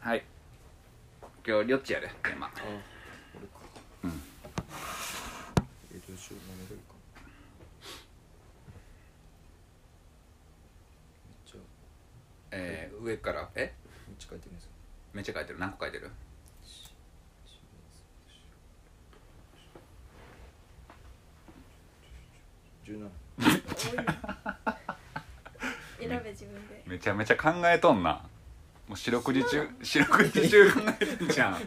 はい今日りょっちやでテーマあ俺かうんえどうしよう何がいいかめっちゃめえー、上からえっちゃ書いてるんですよめっちゃ書いてる何個書いてる17 選べ自分でめちゃめちゃ考えとんなもう四六時中四六時中考えてん じゃんテ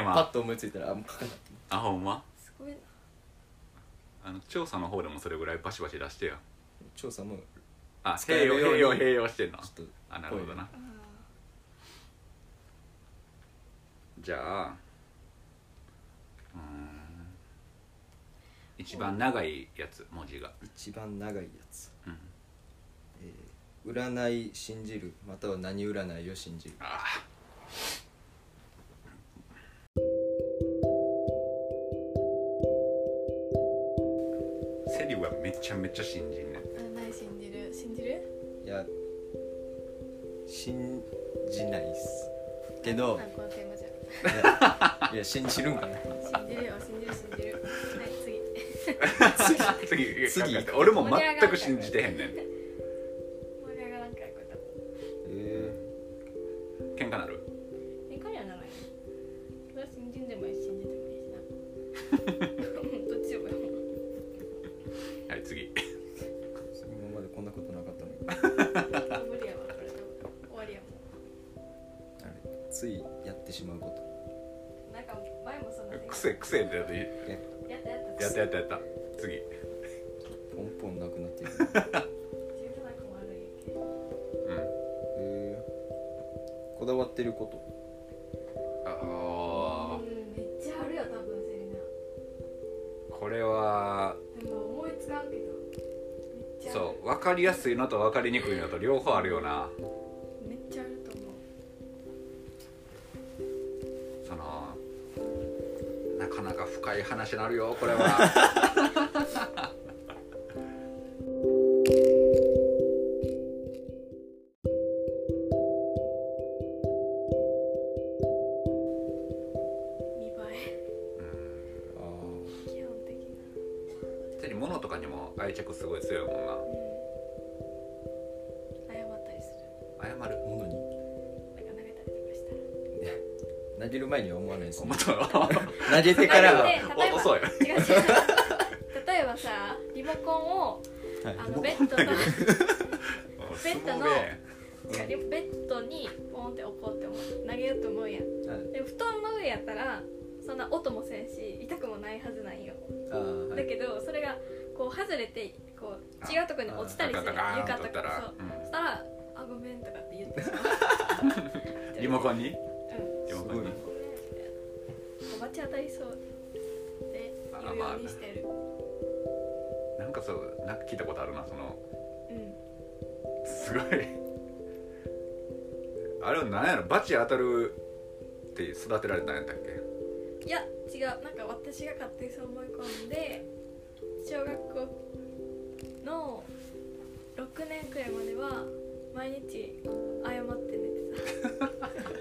ーパッマと思いついたらあもう書かないあほんますごいなあの調査の方でもそれぐらいバシバシ出してよ調査もあ使併え用るよう併用に併用してんのちょっとあなるほどなあじゃあうーん一番長いやつ文字が一番長いやつ、うんえー占い信じるまたは何占いを信じるあーセリはめちゃめちゃ信じんねんー占い信じる信じるいや信じないっすけどなんかこのテーマじゃいやいや信じるんかな信じるよ信じる信じるはい次次次考えて俺も全く信じてへんねん盛り上がらんからこれ多分え喧嘩なるえ彼らならいいそれは信じんでもいいし信じてもいい しなどっちでもいいもんはい次 ー今までこんなことなかったのに無理やわこれ多分終わりやもんあれついやってしまうこなんか前もそんな展開癖癖ってやついやったやったやったやったやった次とポンポンなくなっていく自分なんか悪いけうんえーこだわってることあうあんめっちゃあるよ多分セリナこれはでも思いつかんけどめっちゃあるそう分かりやすいのと分かりにくいのと両方あるよなめっちゃあると思うそのなかなか深い話になるよこれ はうんああ見栄え基本的な手に物とかにも愛着すごい強いもんなうん謝ったりす謝るものにるなんか投げたりとかしたら投げる前には思わない です思ねったよ投げてからは投げて例えば遅い違う違う例えばさリモコンをはいあのベッドのベッドのすごいね違うリモベッドにポンって置こうって思う投げようと思うやんはいでも布団の上やったらそんな音もせんし痛くもないはずなんよあーはだいけどそれがこう外れてこう違うとこに落ちガたりすガるガガーン床とと打ったからそうそしたら「あごめん」とかって言ってしまうんうリモコンにうんリすモコごンにいごめんみたいなおばち当たりそうって言うようにしてる、なんかそうなんか聞いたことあるなそのうんすごいあれは何やろバチ当たるって育てられたんやったっけいや違うなんか私が勝手にそう思い込んで小学校の6年くらいまでは毎日謝って寝て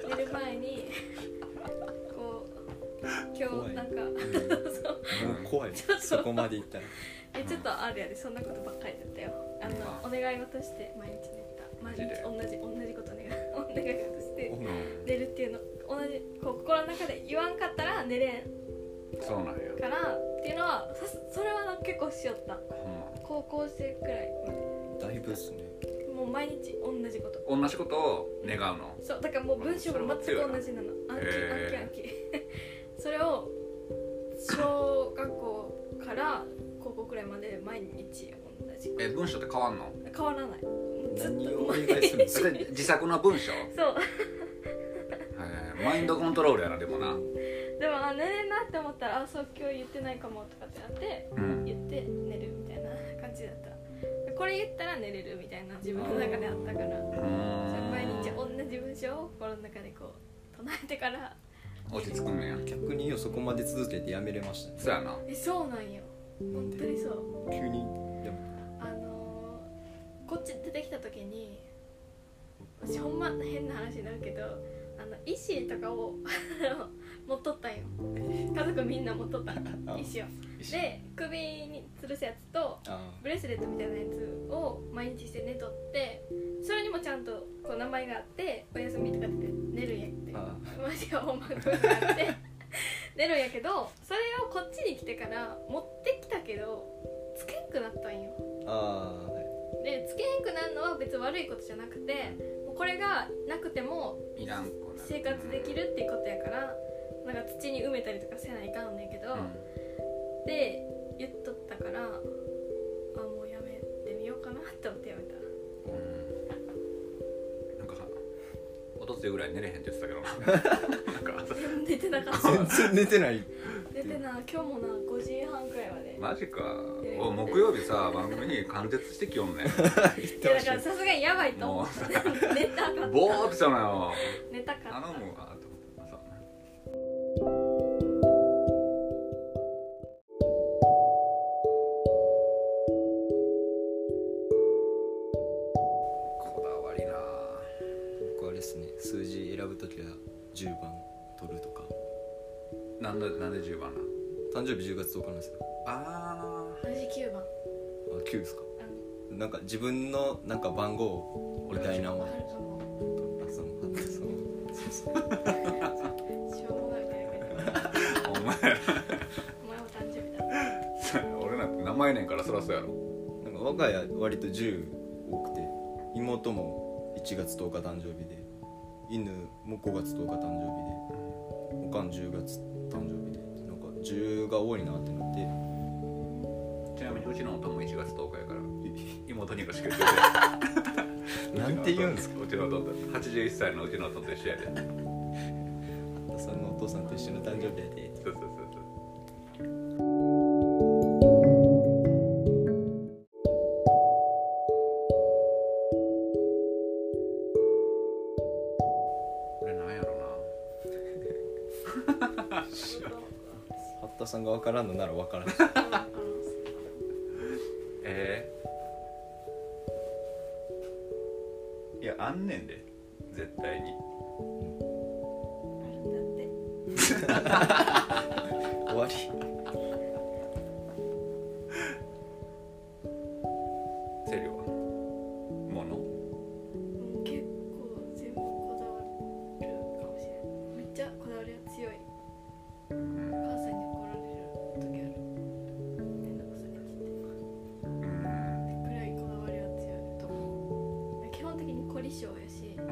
た寝る前にこう今怖日いなんかもう 怖いそこまでいったらえちょっとあるやでそんなことばっかりだったよあのお願い事して毎日寝てたマ毎ジで日同じ同じこと願い お願い事してうんう出るっていうの同じこう心の中で言わんかったら寝れんんそうなんやからっていうのはさすそれはな結構しよったほ高校生くらいまだいぶですねでもう毎日同じことんま同じことを願うのそうだからもう文章も全く同じなの暗記暗記へー暗記 それを小学校から高校くらいまで毎日同じこえ文章って変わんのと変わらないもうずっと何をお願いするんですそかれ自作の文章 そうえーマインドコントロールやなでもなでもあ寝れんなって思ったら「あそう今日言ってないかも」とかってなってうん言って寝るみたいな感じだったでこれ言ったら寝れるみたいな自分の中であったからうそれ毎ー日ん同じ文章を心の中でこう唱えてから落ち着くんねや逆によそこまで続けてやめれましたねそうやなえそうなんよなん本当でにそう急にやめあのーこっち出てきた時に私ほんま変な話になるけどあの石とかを 持っとったんよ家族みんな持っと ったあ石を一緒で首に吊るすやつとあブレスレットみたいなやつを毎日して寝とってそれにもちゃんとこう名前があって「お休み」とかって寝るんやってああマジが本番とかあって 寝るんやけどそれをこっちに来てから持ってきたけどつけんくなったんよああはいでつけへんくなるのは別に悪いことじゃなくてもうこれがなくてもいらんこな生活できるっていうことやからなんか土に埋めたりとかせないかんねんけど、うんで言っとったからあもうやめてみようかなって思ってやめたうんなんかおとついぐらい寝れへんって言ってたけどな なんか朝 寝てなかった全然寝てない寝てな今日もな5時半くらいまで、マジかえお木曜日さ番組に貫徹してきよん ね言っいてやまだしかたらさすがにやばいと思もっうた寝たかったボーっとしたのよ寝たかった頼むわと思って朝こだわりな僕はあれですね数字選ぶときは10番取るとかなんでなんで10番な誕生日10月10日なんですよあ私9番あ9ですかうなんか自分のなんか番号みたいなのんをわかるかもあそのあそのそうそうしょうもないからやめてあお前 お前も誕生日だ俺なんて名前ねんからそらそうやろなんか我が家割と10多くて妹も1月10日誕生日で犬も5月10日誕生日でおかん10月誕生日でなんか10が多いなってなってちなみにうちの弟も1月10日やから 妹にがしか言ってなんて言うんですかうちの弟81歳のうちの弟と一緒やで「さんのお父さんと一緒の誕生日やで」そうそうそうそう俺なんやろ八田さんが分からんのなら分からんなえー、いやあんねんで絶対に終わりセリはものうん結構全部こだわるかもしれないめっちゃこだわりが強いお母さんに怒られる時あるめんどくさいって言ってうんくらいこだわりは強いと思う基本的に凝り性やしうん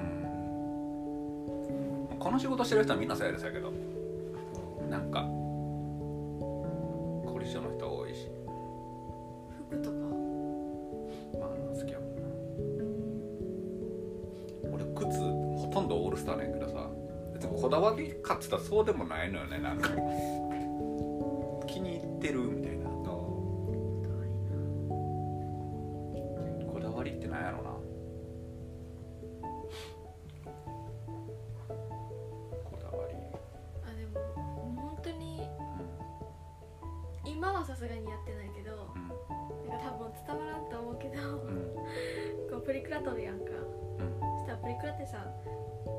この仕事してる人はみんなそうやでさやけどなんか凝り性の人多いし服とかまあ好きやもんな俺靴ほとんどオールスターなんやけどさ別にこだわりかっつったらそうでもないのよねなんか気に入ってるみたいなあー可愛いなこだわりってなんやろなこだわりあでも本当に今はさすがにやってないけどなんか多分伝わらんと思うけどうんうんこうプリクラ撮るやんかうんそしたらプリクラってさ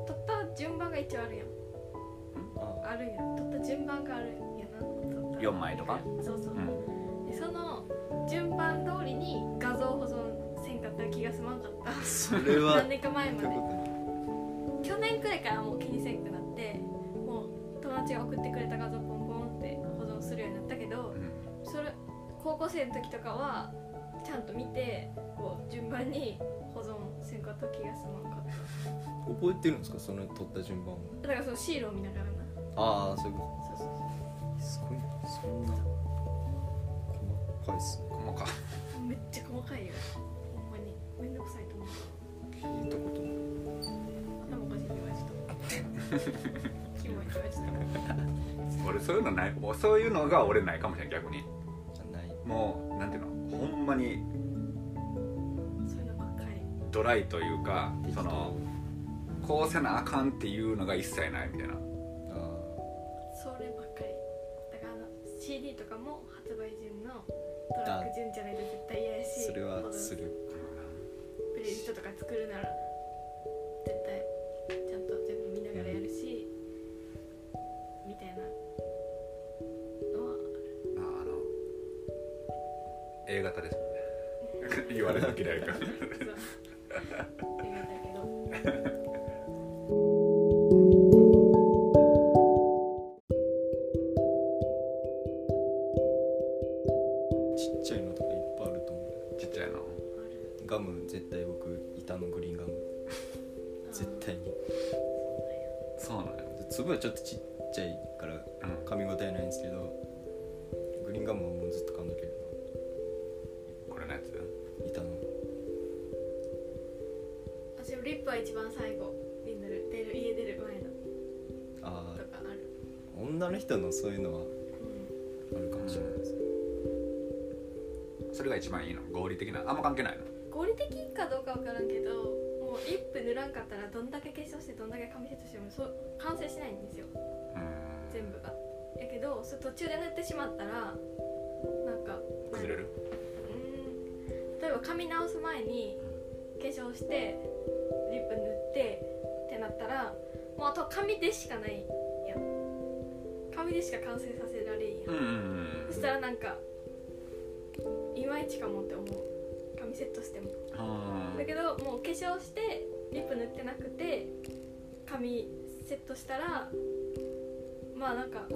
撮った順番が一応あるやんああるやん撮った順番があるやな撮った4枚とかそうそうう、んでその順番通りに画像保存せんかったら気が済まんかったーそれは何年か前まで去年くらいからもう気にせんくなってもう友達が送ってくれた画像ポンポンって保存するようになったけどうんそれ高校生の時とかはちゃんと見てこう順番に保存せんかった気が済まんかった覚えてるんですかその取った順番をだからそのシールを見ながらなああそういうこそうそうそとすごいなそんな細かいっすね細かうめっちゃ細かいよほんまにめんどくさいと思う聞いたことないでもおかしいって言われちゃったキモいって言われちゃった俺そういうのないもうそういうのが俺ないかもしれん逆にじゃないもうなんていうのほんまにそういうのばっかりドライというか適当そのこうせなあかんっていうのが一切ないみたいなあそればっかりだからあの CD とかも発売順のトラック順じゃないと絶対嫌やあしそれはすプるレイリストとか作るなら絶対ちゃんと全部見ながらやる A 型です もんね言われなきゃいけないから そう 映画だけどちっちゃいのとかいっぱいあると思うちっちゃいのあるガム絶対僕板のグリーンガムあー絶対にそうなんやそうなんよ粒はちょっとちっちゃいからうん噛み応えないんですけどグリーンガムはもうずっと噛んどけるこれのやつな板の私もリップは一番最後に塗る出る家出る前のあとかある、あ女の人のそういうのはうん、あるかもしれないですそれが一番いいの合理的なあんま関係ないの合理的かどうかわからんけどもうリップ塗らんかったらどんだけ化粧してどんだけ髪セットしてもそう完成しないんですようん全部がやけどそれ途中で塗ってしまったらなんか崩れるうーん例えば髪直す前に化粧してリップ塗ってってなったらもうあとは髪でしかないやん髪でしか完成させられんやん、うんうんうんそしたらなんかいまいちかもって思う髪セットしてもうんだけどもう化粧してリップ塗ってなくて髪セットしたらまあなんかう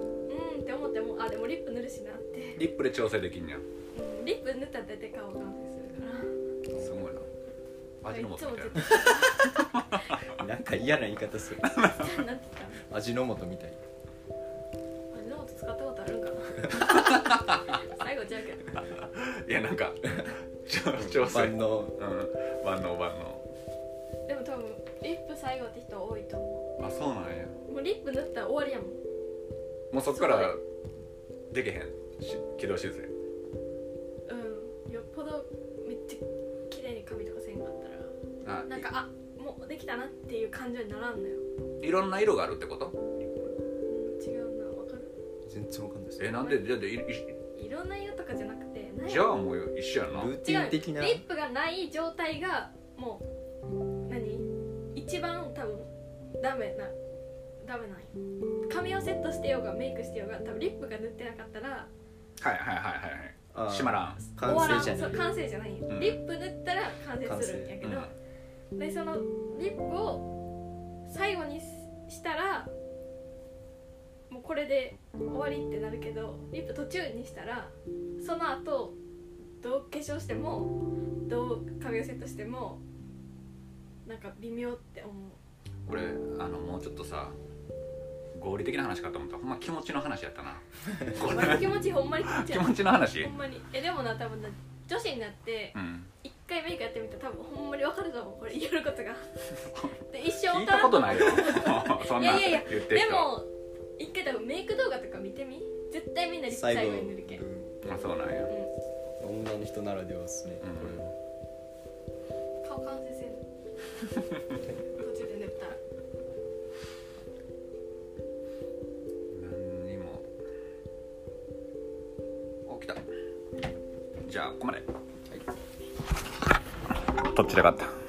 んって思ってもあでもリップ塗るしなって、リップで調整できんねやうん、リップ塗ったら大体顔完成するからすごいな味の素みたいいなつもなんか嫌な言い方する絶対なんて言っ味の素みたいたの味の素使ったことある んかな最後じゃうけどいやなんか調調整万能うん万能万能でも多分リップ最後って人多いと思あそうなんやうもうリップ塗ったら終わりやもんもうそっからできへんし軌道修正うんよっぽどめっちゃ綺麗に髪とかせんかったらあなんかあもうできたなっていう感情にならんのよ、いろんな色があるってことうん、違うなわかる全然わかんないですえなんでじゃあでいいいろんな色とかじゃなくてないじゃあもう一緒やなルーテ違うィン的なリップがない状態がもう何一番多分ダメなダメなんよ髪をセットしてようがメイクしてようが多分リップが塗ってなかったらはいはいはいはいあはーい閉まらん完終わら成んじゃそなうい完成じゃないよ、うんリップ塗ったら完成するんやけど、でそのリップを最後にししたらもうこれで終わりってなるけどリップ途中にしたらその後どう化粧してもどう髪をセットしてもなんか微妙って思 うこれあのもうちょっとさ合理的な話かと思ったらほんま気持ちの話やった なこれ気持ちほんまに気持ち気や持ちの話ほんまにえでもな多分な女子になってうん一回メイクやってみたら多分ほんまにわかると思うこれ言えること がで一生聞いたこと ないよ そんないやいやいや言ってるで人も一回多分メイク動画とか見てみ絶対みんなリップ最最後後に塗るけん、うん、あそうなんやうん女の人ならではですね、うんこれは顔完成せん途中で塗ったら何にもお来たじゃあここまではいどっちらかった